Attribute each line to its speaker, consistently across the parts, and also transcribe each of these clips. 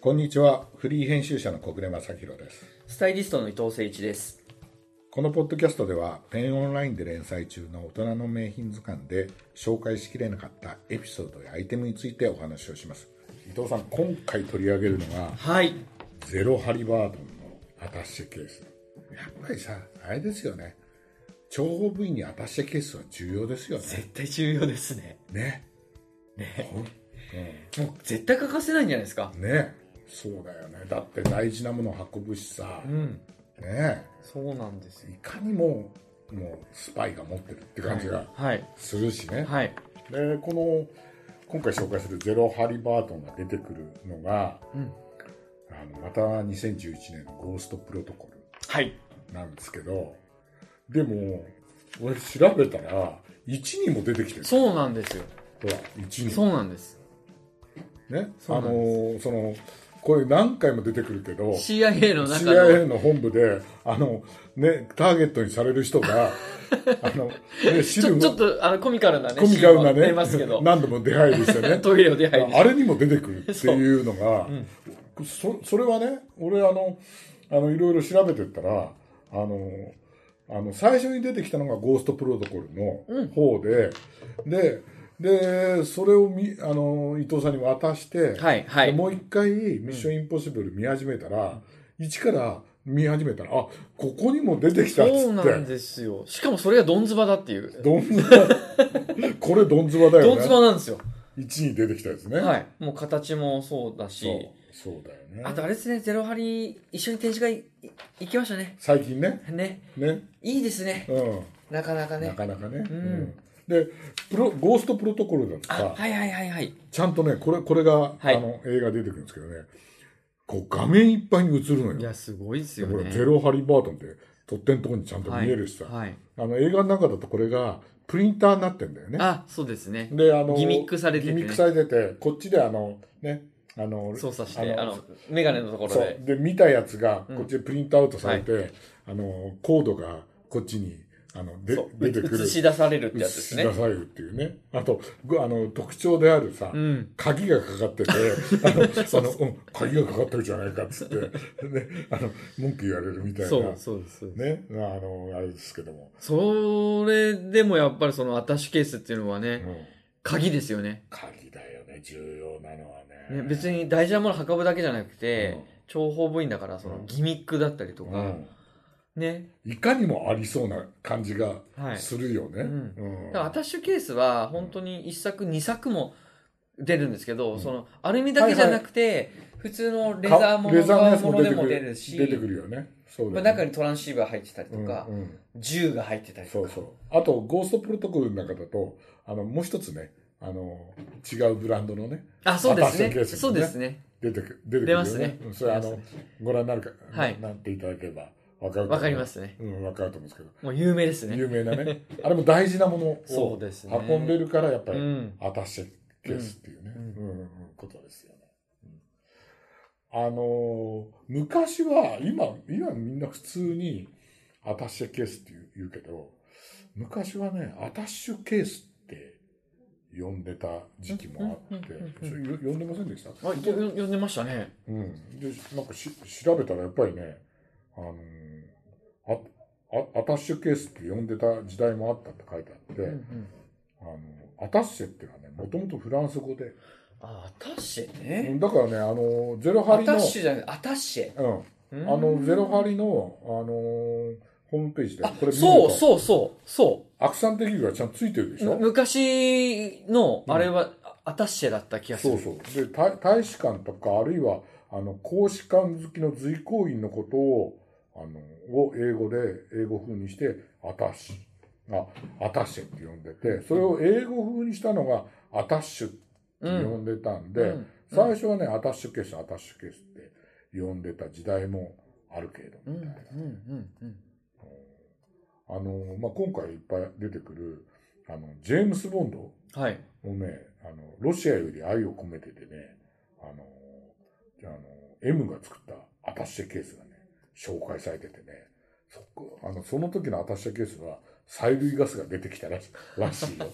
Speaker 1: こんにちはフリー編集者の小暮正弘です
Speaker 2: スタイリストの伊藤誠一です。
Speaker 1: このポッドキャストではペンオンラインで連載中の大人の名品図鑑で紹介しきれなかったエピソードやアイテムについてお話をします伊藤さん今回取り上げるのが
Speaker 2: はい。
Speaker 1: ゼロハリバードンのアタッシェケースやっぱりさあれですよね長方部位にアタッシェケースは重要ですよね
Speaker 2: 絶対重要ですね。
Speaker 1: ね
Speaker 2: ね。
Speaker 1: ほん
Speaker 2: もう絶対欠かせないんじゃないですか。
Speaker 1: ねそうだよねだって大事なものを運ぶしさ、
Speaker 2: ん。
Speaker 1: ね
Speaker 2: そうなんです
Speaker 1: い。かにももうスパイが持ってるって感じが
Speaker 2: はい。
Speaker 1: するしね、
Speaker 2: はい。
Speaker 1: でこの今回紹介するゼロハリバートンが出てくるのが
Speaker 2: うん。
Speaker 1: あのまた2011年のゴーストプロトコ
Speaker 2: はい。
Speaker 1: ルなんですけどでも俺調べたら1にも出てきてる
Speaker 2: そうなんですよ。
Speaker 1: ほら1に
Speaker 2: そうなんです。
Speaker 1: ね
Speaker 2: そう
Speaker 1: あ
Speaker 2: な
Speaker 1: の
Speaker 2: ん
Speaker 1: ーそのこれ何回も出てくるけど
Speaker 2: CIA の中の。
Speaker 1: CIA の本部であの、ね、ターゲットにされる人 があの、ね、
Speaker 2: ち
Speaker 1: 汁
Speaker 2: ょ、
Speaker 1: も
Speaker 2: ちょっと、あの、コミカルなね。
Speaker 1: コミカルな
Speaker 2: シーンも
Speaker 1: ね
Speaker 2: 出ます けど。
Speaker 1: 何度も出入りしてね
Speaker 2: トイレ を出入り
Speaker 1: あれにも出てくるっていうのが
Speaker 2: う
Speaker 1: そ,、それはね俺あのあのいろいろ調べてったらあのあの最初に出てきたのが「ゴーストプロトコル」の方で、ででそれをみあの伊藤さんに渡して、
Speaker 2: はい、は
Speaker 1: で
Speaker 2: い。
Speaker 1: もう一回「ミッションインポッシブル」見始めたら、一から見始めたらあここにも出てきたっつって
Speaker 2: そうなんですよ。しかもそれがドンズバだっていう。
Speaker 1: どんずばこれどんずばだよね
Speaker 2: ドンズバなんですよ。
Speaker 1: 1に出てきたですね、
Speaker 2: はい。もう形もそうだ
Speaker 1: そう
Speaker 2: し。
Speaker 1: そうだよね
Speaker 2: あとあれですね、ゼロハリ、一緒に展示会い行きましたね。
Speaker 1: 最近ね
Speaker 2: ね。
Speaker 1: ね、
Speaker 2: いいですね。
Speaker 1: うん
Speaker 2: なかなか
Speaker 1: な
Speaker 2: ね。
Speaker 1: かなかね、
Speaker 2: うん
Speaker 1: でプロゴーストプロトコルだと
Speaker 2: あ、
Speaker 1: さ
Speaker 2: はいはいはいはい。
Speaker 1: ちゃんとねこれこれが、
Speaker 2: はい
Speaker 1: あの映画出てくるんですけどねこう画面いっぱいに映るのよ
Speaker 2: いや、すごいですよ
Speaker 1: これ
Speaker 2: ね。
Speaker 1: ゼロハリバートンって取っ手のところにちゃんと見えるしさ、
Speaker 2: はい。
Speaker 1: あの映画の中だとこれがプリンターになってんだよね
Speaker 2: あ、そうですね。
Speaker 1: であの
Speaker 2: ギミックされててね
Speaker 1: ギミックされててこっちであのねあの
Speaker 2: 操作して、あの、メガネのところ
Speaker 1: そうで
Speaker 2: で。
Speaker 1: 見たやつが
Speaker 2: うん
Speaker 1: こっちでプリントアウトされて、あのコードがこっちにあので
Speaker 2: そう
Speaker 1: 出てくる
Speaker 2: 映し出されるってやつで
Speaker 1: し
Speaker 2: す
Speaker 1: 出
Speaker 2: ね。
Speaker 1: されるっていうねあとぐあの特徴であるさ、
Speaker 2: うん。
Speaker 1: 鍵がかかっててあ のあの、うん、鍵がかかってるじゃないかっつって、ね、あの文句言われるみたいな
Speaker 2: そう、そうです。
Speaker 1: ねあのあれですけども、
Speaker 2: それでもやっぱりそのアタッシュケースっていうのは
Speaker 1: う
Speaker 2: ね、
Speaker 1: ん、
Speaker 2: 鍵ですよね。
Speaker 1: 鍵だよね重要なのはね
Speaker 2: ね別に大事なもの運ぶだけじゃなくて
Speaker 1: うん、
Speaker 2: 諜報部員だから、そうの
Speaker 1: ん
Speaker 2: ギミックだったりと
Speaker 1: う
Speaker 2: か、
Speaker 1: ん、
Speaker 2: ね。
Speaker 1: いかにもありそうな感じが
Speaker 2: はい。
Speaker 1: するよね、
Speaker 2: うん
Speaker 1: うん
Speaker 2: だからアタッシュケースは本当に1作2作も出るんですけど、
Speaker 1: うん
Speaker 2: そのアルミだけじゃなくて、普通のレザーもの
Speaker 1: レザーのや
Speaker 2: 革
Speaker 1: つ
Speaker 2: も
Speaker 1: も
Speaker 2: の
Speaker 1: 出
Speaker 2: で
Speaker 1: てく
Speaker 2: も
Speaker 1: る
Speaker 2: 出るし
Speaker 1: 出てくるよねそう
Speaker 2: ま
Speaker 1: だ
Speaker 2: あ、
Speaker 1: よね
Speaker 2: 中にトランシーバー入ってたりとか、
Speaker 1: うんうん
Speaker 2: 銃が入ってたりと
Speaker 1: そ
Speaker 2: か
Speaker 1: うそうあとゴーストプロトコルの中だとあのもう一つねあの違うブランドのね
Speaker 2: あそうです
Speaker 1: アタッシュケ
Speaker 2: ね
Speaker 1: ースですね
Speaker 2: そうですね
Speaker 1: 出てく出てくる
Speaker 2: 出
Speaker 1: よ
Speaker 2: ますね
Speaker 1: うんそれあ
Speaker 2: 出
Speaker 1: の
Speaker 2: ま
Speaker 1: ご覧になるか、
Speaker 2: はい
Speaker 1: ななっていただければわかる
Speaker 2: わかりますすね
Speaker 1: うんわかると思うんですけど、
Speaker 2: もう有名ですね
Speaker 1: 有名なねあれも大事なもの
Speaker 2: そう
Speaker 1: を
Speaker 2: ですね
Speaker 1: 運んでるからやっぱ
Speaker 2: う
Speaker 1: り、
Speaker 2: ん
Speaker 1: アタッシェケースっていうね、
Speaker 2: うん
Speaker 1: うんうんうんことですよね。あのー昔は今今みんな普通にアタッシェケースって言う言うけど昔はねアタッシュケースって呼んでた時期もあって、
Speaker 2: うん
Speaker 1: それよ呼んでませんでした、
Speaker 2: あよよ呼んでましたね
Speaker 1: うん、でなんかし調べたらやっぱりね、あのーああアタッシュケースって呼んでた時代もあったって書いてあって、
Speaker 2: うんうん
Speaker 1: あのアタッシェっていうのはねもともとフランス語で
Speaker 2: あアタッシェね、
Speaker 1: だからね、あのゼロハ
Speaker 2: ア
Speaker 1: リ
Speaker 2: タ
Speaker 1: の
Speaker 2: ッ、シュじゃなくてアタッシェ
Speaker 1: うん、
Speaker 2: うん
Speaker 1: あのゼロハリのあのーホームページで
Speaker 2: あ
Speaker 1: これ見ると、
Speaker 2: そうそうそうそ
Speaker 1: アクサンテギがちゃんとついてるでし
Speaker 2: うむ
Speaker 1: ょ。
Speaker 2: 昔のあれは、あアタッシェだった気がす
Speaker 1: そ
Speaker 2: る
Speaker 1: うそう。で大大使館とかあるいはあの公使館好きの随行員のことをあのを英語で英語風にしてアタッシュあアタッシェって呼んでて、それを英語風にしたのがアタッシュって呼んでたんで。
Speaker 2: うん
Speaker 1: 最初はね、アタッシュケース、アタッシュケースって呼んでた時代もあるけれど
Speaker 2: うん
Speaker 1: も、
Speaker 2: うんうんうん
Speaker 1: あの、まあ、今回いっぱい出てくる、あの、ジェームス・ボンド
Speaker 2: はい。
Speaker 1: をね、あの、ロシアより愛を込めてでね、あの、あの、M が作ったアタッシェケースがね、紹介されててね、そこ、あの、その時のアタッシェケースは、催涙ガスが出てきたらし らしいよ。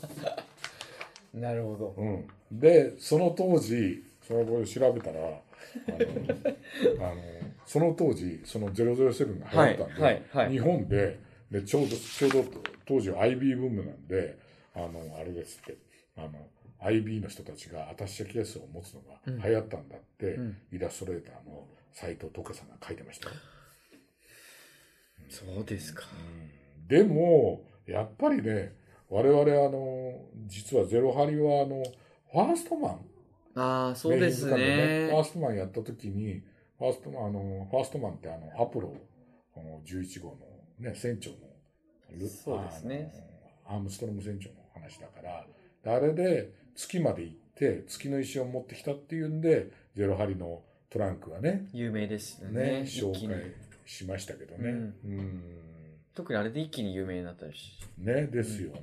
Speaker 2: なるほど。
Speaker 1: うん、でその当時その後調べたらあのあのその当時その007が流
Speaker 2: は
Speaker 1: 行っ
Speaker 2: い
Speaker 1: たんで、
Speaker 2: はいはい
Speaker 1: 日本ででちょうどちょうど当時は IB ブームなんであのあれですってあの IB の人たちがアタッシェケースを持つの
Speaker 2: うん
Speaker 1: が流行ったんだって、
Speaker 2: うん
Speaker 1: イラストレーターの斎藤徳さんが書いてましたよ、
Speaker 2: そうですか
Speaker 1: うんでもやっぱりね我々あの実は「ゼロハリ」はあのファーストマン
Speaker 2: ああそうです
Speaker 1: メイン図鑑
Speaker 2: ね
Speaker 1: でファーストマンやった時に、ファーストマン、あの、ファーストマンってあの、アポロあの11号のね、船長の、ル
Speaker 2: そうですね。
Speaker 1: あのアームストロム船長の話だから、であれで月まで行って、月の石を持ってきたっていうんで、ゼロハリのトランクはね、
Speaker 2: 有名ですよ
Speaker 1: ね
Speaker 2: ね、
Speaker 1: 紹
Speaker 2: 一気に
Speaker 1: 介しましたけどね。
Speaker 2: う
Speaker 1: うん
Speaker 2: ん。特にあれで一気に有名になったし
Speaker 1: ね、ですよね。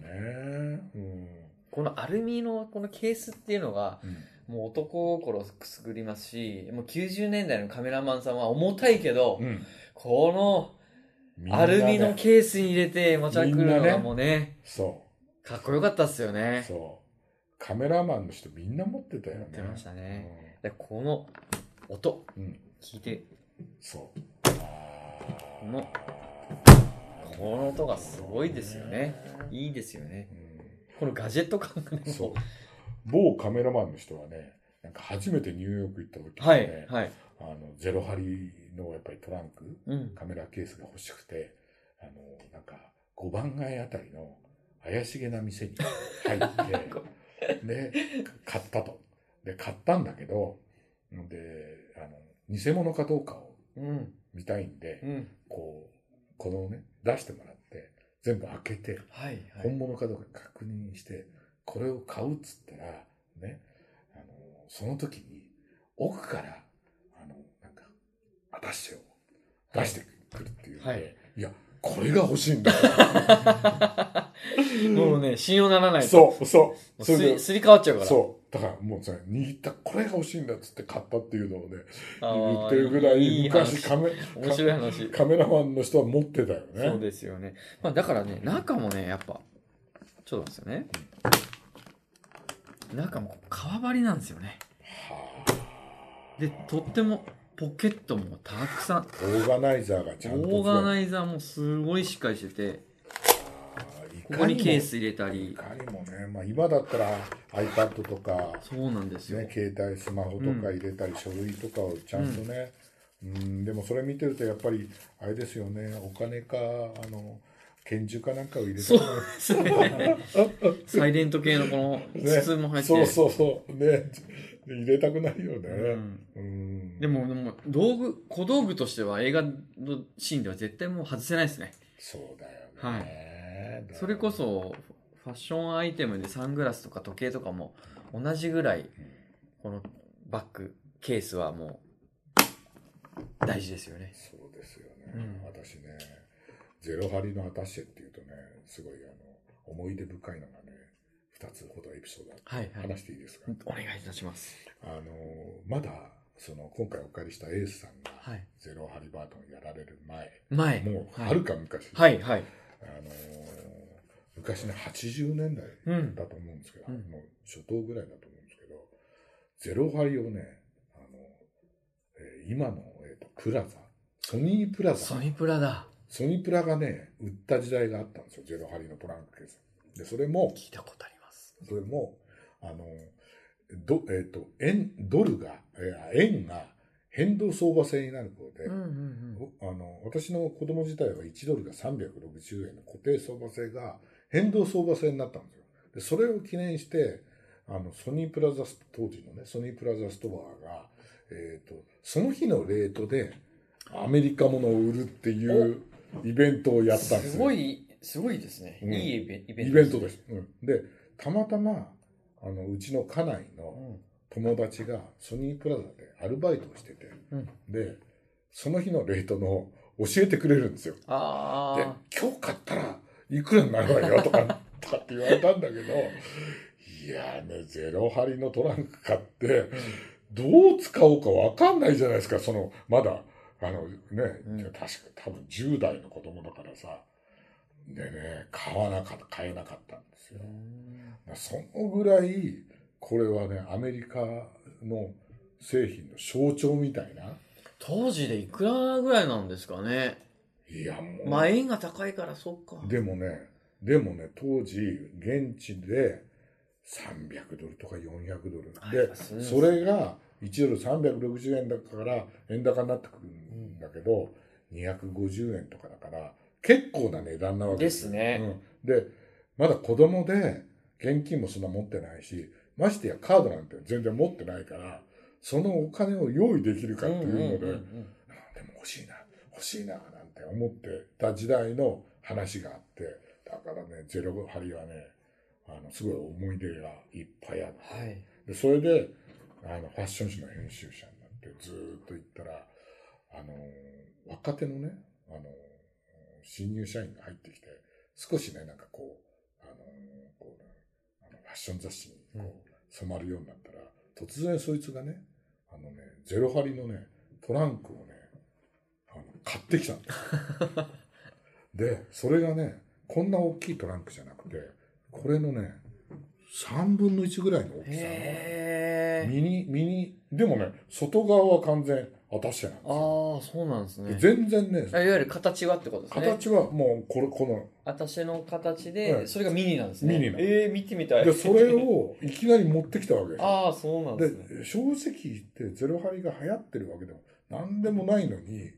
Speaker 1: うん。
Speaker 2: このアルミのこのケースっていうのが
Speaker 1: うん
Speaker 2: もう男心をくすぐりますしもう90年代のカメラマンさんは重たいけど、
Speaker 1: うん
Speaker 2: この
Speaker 1: みんな
Speaker 2: ア
Speaker 1: ね
Speaker 2: ルミのケースに入れて持ち運ぶの
Speaker 1: みんなね
Speaker 2: がもうね
Speaker 1: そう。
Speaker 2: かっこよかったっすよね
Speaker 1: そう。カメラマンの人みんな持ってたよね。
Speaker 2: 持ってましたねでこの音
Speaker 1: うん。うん。
Speaker 2: 聞いて
Speaker 1: そう。
Speaker 2: このこの音がすごいですよねいいですよね
Speaker 1: う
Speaker 2: このガジェット感がね
Speaker 1: ん。そう
Speaker 2: も。
Speaker 1: 某カメラマンの人はね、なんか初めてニューヨーク行った時
Speaker 2: う
Speaker 1: に
Speaker 2: はい
Speaker 1: ね、
Speaker 2: はい
Speaker 1: あの、ゼロハリのやっぱりトランク、
Speaker 2: うん
Speaker 1: カメラケースが欲しくて、あの、なんか、5番街あたりの怪しげな店に入って、で、買ったと。で、買ったんだけど、で、あの、偽物かどうかを
Speaker 2: うん
Speaker 1: 見たいんで、
Speaker 2: うん
Speaker 1: こう、このね、出してもらって、全部開けて、
Speaker 2: はいはい
Speaker 1: 本物かどうか確認して、これを買うっつったら、ね、あの、その時に、奥から、あの、なんか、アタッシェを出してくるっていうので、
Speaker 2: はいい、
Speaker 1: や、これが欲しいんだ。
Speaker 2: もうね信用ならないと
Speaker 1: そう、そ
Speaker 2: も
Speaker 1: う。
Speaker 2: う
Speaker 1: そ
Speaker 2: す
Speaker 1: れ
Speaker 2: り
Speaker 1: です
Speaker 2: り替わっちゃうから
Speaker 1: そう。だからもうさ、握った、これが欲しいんだっつって買ったっていうのをね、
Speaker 2: あー
Speaker 1: 言ってるぐらい、昔
Speaker 2: 話
Speaker 1: カメ
Speaker 2: 面白い話
Speaker 1: カメラマンの人は持ってたよね。
Speaker 2: そうですよね、まあ、だからね中もねやっぱちょっと待ってくださいね中もこう革張りなんですよね
Speaker 1: はあ
Speaker 2: でとってもポケットもたくさん
Speaker 1: オーガナイザーがちゃんと
Speaker 2: オーガ
Speaker 1: イ
Speaker 2: ナイザーもすごいしっかりしてて
Speaker 1: ザ
Speaker 2: ここにケース入れたり
Speaker 1: いかにもね、まあ、今だったら iPad とか、
Speaker 2: そうなんですよ、
Speaker 1: ね、携帯スマホとか入れたり、書類とかをちゃんとね、うん、でもそれ見てるとやっぱりあれですよねお金かあの拳銃かなんかを入れて
Speaker 2: そうです ねサイレント系のこの
Speaker 1: ね、
Speaker 2: 筒も入って、
Speaker 1: そうそうそうね入れたくないよね、
Speaker 2: うん
Speaker 1: うん
Speaker 2: でもでも道具小道具としては映画のシーンでは絶対もう外せないですね
Speaker 1: そうだよね、
Speaker 2: はい
Speaker 1: だ
Speaker 2: それこそファッションアイテムでサングラスとか時計とかも同じぐらいこのバッグケースはもう大事ですよね
Speaker 1: そうですよね、
Speaker 2: うん
Speaker 1: 私ねゼロハリのアタッシェっていうとねすごいあの思い出深いのがね2つほどエピソードあって
Speaker 2: はいはい
Speaker 1: 話していいです か、
Speaker 2: お願いいたします
Speaker 1: あのまだその今回お借りしたエースさんが
Speaker 2: はい
Speaker 1: ゼロハリバートンやられる前、
Speaker 2: 前
Speaker 1: もう
Speaker 2: は
Speaker 1: はる
Speaker 2: い
Speaker 1: か昔、
Speaker 2: はいはい
Speaker 1: あの昔ね80年代
Speaker 2: うん
Speaker 1: だと思うんですけど、
Speaker 2: うん
Speaker 1: もう初頭ぐらいだと思うんですけどゼロハリをねあの、えー今の、えーとプラザソニープラザ
Speaker 2: ソニプラだ
Speaker 1: ソニプラがね、売った時代があったんですよ。ゼロハリのトランクケース。で、それも、
Speaker 2: 聞いたことあります
Speaker 1: それも、あの、ど、えっ、と、円、ドルが、えー円が変動相場制になることで、
Speaker 2: うんうん
Speaker 1: おあの、私の子供自体は1ドルが360円の固定相場制が変動相場制になったんですよ。で、それを記念して、あの、ソニープラザス、当時のね、ソニープラザストアが、えっ、と、その日のレートで、アメリカものを売るっていうイベントをや
Speaker 2: う
Speaker 1: っ
Speaker 2: ん
Speaker 1: たんですよ。
Speaker 2: すごいすごいですね、
Speaker 1: うん
Speaker 2: いいイベイベン
Speaker 1: イ
Speaker 2: ト
Speaker 1: ベントです。うん、で、たまたま、あの、うちの家内
Speaker 2: う
Speaker 1: の
Speaker 2: ん
Speaker 1: 友達がソニープラザでアルバイトをしてて、
Speaker 2: うん
Speaker 1: で、その日のレートの教えてくれるんですよ。で、
Speaker 2: あ
Speaker 1: 今日買ったらいくらになるわよとか、とかって言われたんだけど、いやーね、ゼロハリのトランク買って、どう使おうかわかんないじゃないですか、その、まだ、あのね、
Speaker 2: うん
Speaker 1: 確か多分10代の子供だからさ、でね、買わなかった、買えなかったんですよ
Speaker 2: あ。うん
Speaker 1: そのぐらい、これはね、アメリカの製品の象徴みたいな。
Speaker 2: 当時でいくらぐらいなんですかね。
Speaker 1: いや、もう。
Speaker 2: まあ、円が高いから、そっか。
Speaker 1: でもね、でもね、当時、現地で300ドルとか400ドル
Speaker 2: あや
Speaker 1: で
Speaker 2: っぱするん、ですね
Speaker 1: それが1ドル360円だから円高になってくるんだけど、250円とかだから、結構な値段なわけよ
Speaker 2: ですね。
Speaker 1: うん、で、まだ子供で、現金もそんな持ってないし、ましてやカードなんて全然持ってないから、そのお金を用意できるかっていうので、
Speaker 2: うんうんうん
Speaker 1: でも欲しいな欲しいななんて思ってた時代の話があってだからねゼロハリはねあのすごい思い出がいっぱいあって、
Speaker 2: はい。
Speaker 1: でそれであのファッション誌の編集者になってずーっと行ったらあの若手のねあの新入社員が入ってきて少しねなんかこうあのこうねあのファッション雑誌にこう染まるようになったら、突然そいつがねあのねゼロハリのねトランクをねあの買ってきたんですよでそれがねこんな大きいトランクじゃなくてこれのね3分の1ぐらいの大きさの
Speaker 2: へえ。
Speaker 1: ミニ、ミニ、でもね、外側は完全アタッシェなんです
Speaker 2: ああ
Speaker 1: よ。、
Speaker 2: そうなんですね。
Speaker 1: 全然ね
Speaker 2: あいわ、ゆる形はってことですね。
Speaker 1: 形はもうこれ、この、
Speaker 2: 私の形で、
Speaker 1: はい
Speaker 2: それがミニなんですね。
Speaker 1: ミニなん
Speaker 2: ええー、見てみたい。
Speaker 1: で、それをいきなり持ってきたわけですよ。
Speaker 2: ああ、そうなんですね。
Speaker 1: で、正直言って、ゼロハリが流行ってるわけでも何でもないのに、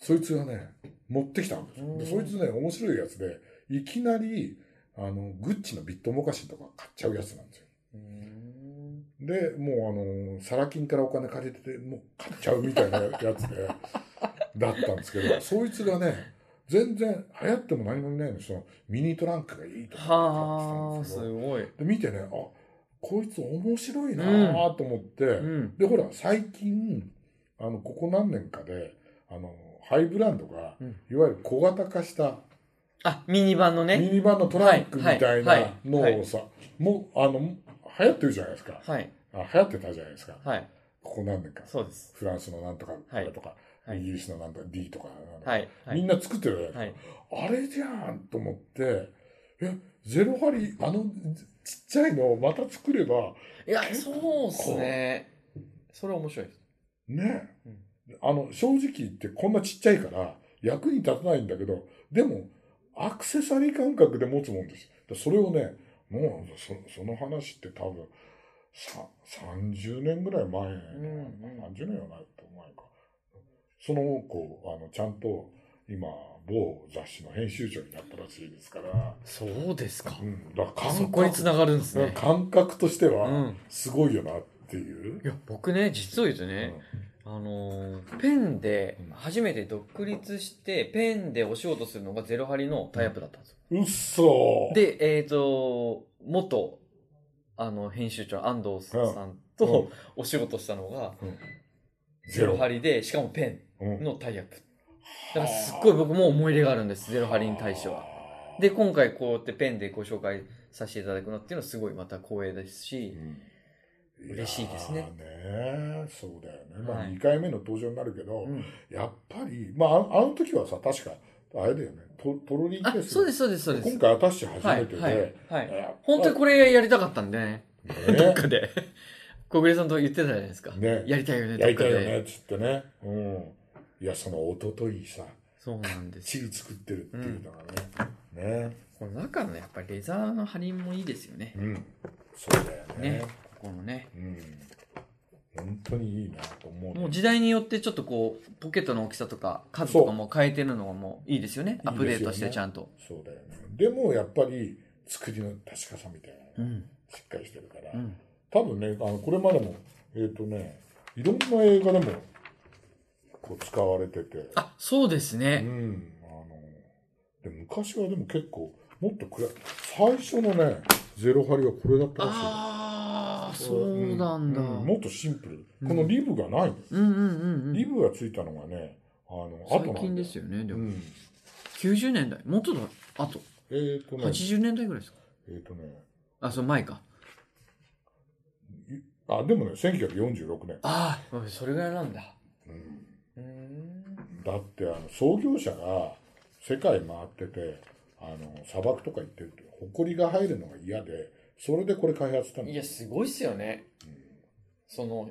Speaker 1: そいつがね、持ってきたんですよ。で、そ
Speaker 2: うん
Speaker 1: いつね、面白いやつで、いきなり、あの、グッチのビットモカシンとか買っちゃうやつなんですよ。
Speaker 2: うーん
Speaker 1: で、もうあの、サラ金からお金借りてて、もう買っちゃうみたいなやつで、 だったんですけど、そいつがね、全然流行っても何もないのに、そのミニトランクがいいとか
Speaker 2: は
Speaker 1: って言ってたんですけ
Speaker 2: あ、す
Speaker 1: ど、
Speaker 2: ごい。
Speaker 1: で見てね、あ、こいつ面白いなぁと思って、
Speaker 2: うん。
Speaker 1: で、ほら、最近、あの、ここ何年かで、あの、ハイブランドが、
Speaker 2: うん
Speaker 1: いわゆる小型化した
Speaker 2: あ、ミニ版の
Speaker 1: ミ
Speaker 2: ね。
Speaker 1: ニバンのトランクみたい
Speaker 2: はい
Speaker 1: なのをさ、もう、あの、流行ってるじゃないですか。
Speaker 2: はい。
Speaker 1: あ流行ってたじゃないですか。
Speaker 2: はい。
Speaker 1: ここ何年か。
Speaker 2: そうです。
Speaker 1: フランスのなんとかこれとか、
Speaker 2: はい
Speaker 1: イギリスのなんとか D とか、あの
Speaker 2: はい。はい
Speaker 1: みんな作ってるじゃないですか
Speaker 2: はい。
Speaker 1: あれじゃんと思って、え、ゼロハリ、あのちっちゃいのをまた作れば、
Speaker 2: いや、そうっすね。それ面白いです。
Speaker 1: ね、あの、正直言ってこんなちっちゃいから役に立たないんだけど、でも、アクセサリー感覚で持つもんですよ。でそれをね、もうそ、その話って多分、さ30年ぐらい前の、
Speaker 2: んうん
Speaker 1: 30年はないと前か。その子、あの、ちゃんと今、某雑誌の編集長になったらしいですから、
Speaker 2: そうですか
Speaker 1: うん、だから
Speaker 2: そ
Speaker 1: 感
Speaker 2: こに
Speaker 1: 覚、
Speaker 2: 繋がるんです
Speaker 1: だから
Speaker 2: ね。
Speaker 1: 感覚として
Speaker 2: う
Speaker 1: は、
Speaker 2: ん。
Speaker 1: すごいよなっていう。
Speaker 2: いや、僕ね、実を言うとね、あのーペンで
Speaker 1: うん
Speaker 2: 初めて独立して、ペンでお仕事するのがゼロハリのタイアップだったんですよ。
Speaker 1: うんうっそー
Speaker 2: で、えっ、と、元、あの、編集長、安藤さんとお仕事したのが、ゼロハリで、しかもペ
Speaker 1: うん
Speaker 2: ンのタイアップ。だからすっごい僕も思い入れがあるんです、ゼロハリに対しては。。で、今回こうやってペンでご紹介させていただくのっていうのはすごいまた光栄ですし、
Speaker 1: うん
Speaker 2: 嬉しいですね
Speaker 1: やーねそうだよね。ま
Speaker 2: は
Speaker 1: あ
Speaker 2: い
Speaker 1: 2回目の登場になるけど、
Speaker 2: うん
Speaker 1: やっぱり、まああのあの時はさ、確か、あれだよね、トトロリー
Speaker 2: あ
Speaker 1: ケ、ース。
Speaker 2: そうです、そうです、そうです
Speaker 1: 今。回私初
Speaker 2: は
Speaker 1: め
Speaker 2: い、
Speaker 1: てで、
Speaker 2: はい、はい。
Speaker 1: やっぱ
Speaker 2: 本当にこれやりたかったんでね、どっ
Speaker 1: ね
Speaker 2: かで。小暮さんと言ってたじゃないですか。
Speaker 1: ね
Speaker 2: やりたいよね、ど
Speaker 1: や
Speaker 2: っ
Speaker 1: り
Speaker 2: か
Speaker 1: たいよ
Speaker 2: で。
Speaker 1: ね、つってね。うん。いや、その一昨日さ、
Speaker 2: そうなんです
Speaker 1: チ
Speaker 2: よ。
Speaker 1: リ作ってるっていうのがね、ね。
Speaker 2: この中のやっぱりレザーの張りもいいですよね。
Speaker 1: うん。そうだよね。
Speaker 2: ねこのね。
Speaker 1: うん。本当にいいなと思うね、
Speaker 2: もう時代によってちょっとこう、ポケットの大きさとか、数とかも変えてるのがもういいですよね。アップデートしてちゃんと。
Speaker 1: そうだよね。でもやっぱり作りの確かさみたいなのが
Speaker 2: うん
Speaker 1: しっかりしてるから、
Speaker 2: うん。
Speaker 1: 多分ね、あのこれまでも、えっ、とね、いろんな映画でもこう使われてて、
Speaker 2: あ、そうです
Speaker 1: う
Speaker 2: ね。
Speaker 1: ん、あので昔はでも結構、もっと暗い、最初のね、ゼロハリはこれだったらしい。
Speaker 2: ああ、そうなんだ。
Speaker 1: う
Speaker 2: うん
Speaker 1: もっとシンプル。このリブがないの、
Speaker 2: うんうんうん
Speaker 1: リ。ブがついたのがね、あの、後なんだ
Speaker 2: 最近ですよね。で
Speaker 1: う
Speaker 2: も、
Speaker 1: ん。
Speaker 2: 90年代。もうちょっと後。
Speaker 1: えっ、とね、
Speaker 2: 80年代ぐらいですか。
Speaker 1: えっ、とね、
Speaker 2: あ、その前か。
Speaker 1: あ、でもね、1946年。
Speaker 2: ああ、それぐらいなんだ。
Speaker 1: うん
Speaker 2: うーん。
Speaker 1: だってあの創業者が世界回っててあの砂漠とか行ってると埃が入るのが嫌でそれでこれ開発したん
Speaker 2: い
Speaker 1: です
Speaker 2: や、すごいっすよね。その、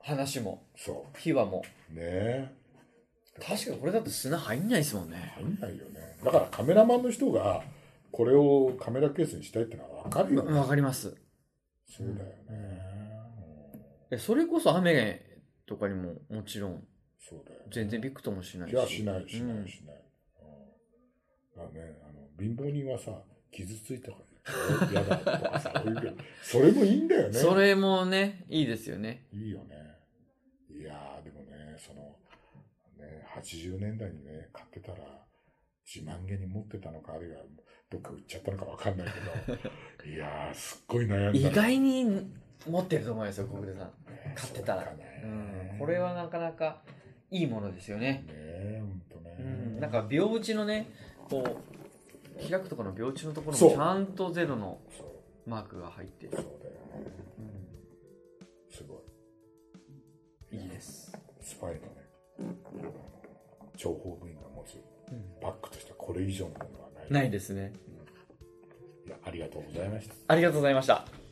Speaker 2: 話も、
Speaker 1: そ
Speaker 2: 秘話も。
Speaker 1: うねえ
Speaker 2: 確かにこれだと砂入んないですもんね。
Speaker 1: 入んないよねだからカメラマンの人がこれをカメラケースにしたいってのは分かるよね、
Speaker 2: わかります。
Speaker 1: そうだよね、うん
Speaker 2: えそれこそ雨とかにももちろん
Speaker 1: そうだよね
Speaker 2: 全然びくともしない
Speaker 1: いやしないしないしない、うんだからねあの貧乏人はさ傷ついたから嫌だとかさそういうけどそれもいいんだよ
Speaker 2: うん
Speaker 1: ね
Speaker 2: それもね、いいですよね。
Speaker 1: いいよねいやーでもねそのね80年代にね買ってたら自慢げに持ってたのかあるいはどっか売っちゃったのかわかんないけど いやーすっごい悩んだ
Speaker 2: 意外に持ってると思いますよ、小暮さん。
Speaker 1: ね
Speaker 2: 買ってたら
Speaker 1: そうかね
Speaker 2: うん、これはなかなかいいものですよ
Speaker 1: ね
Speaker 2: ね。
Speaker 1: えほんとね、
Speaker 2: うん、なんか秒打ちのね、こう、開くところの秒打ちのところ
Speaker 1: そ
Speaker 2: も
Speaker 1: う
Speaker 2: ちゃんとゼロの
Speaker 1: そう
Speaker 2: マークが入って
Speaker 1: そ
Speaker 2: る。
Speaker 1: うだよねすごい
Speaker 2: いいです。
Speaker 1: スパイのね、あの諜報部員が持つ
Speaker 2: うん
Speaker 1: バックとしてはこれ以上のものはない。
Speaker 2: ないですね。
Speaker 1: いやありがとうございました。
Speaker 2: ありがとうございました。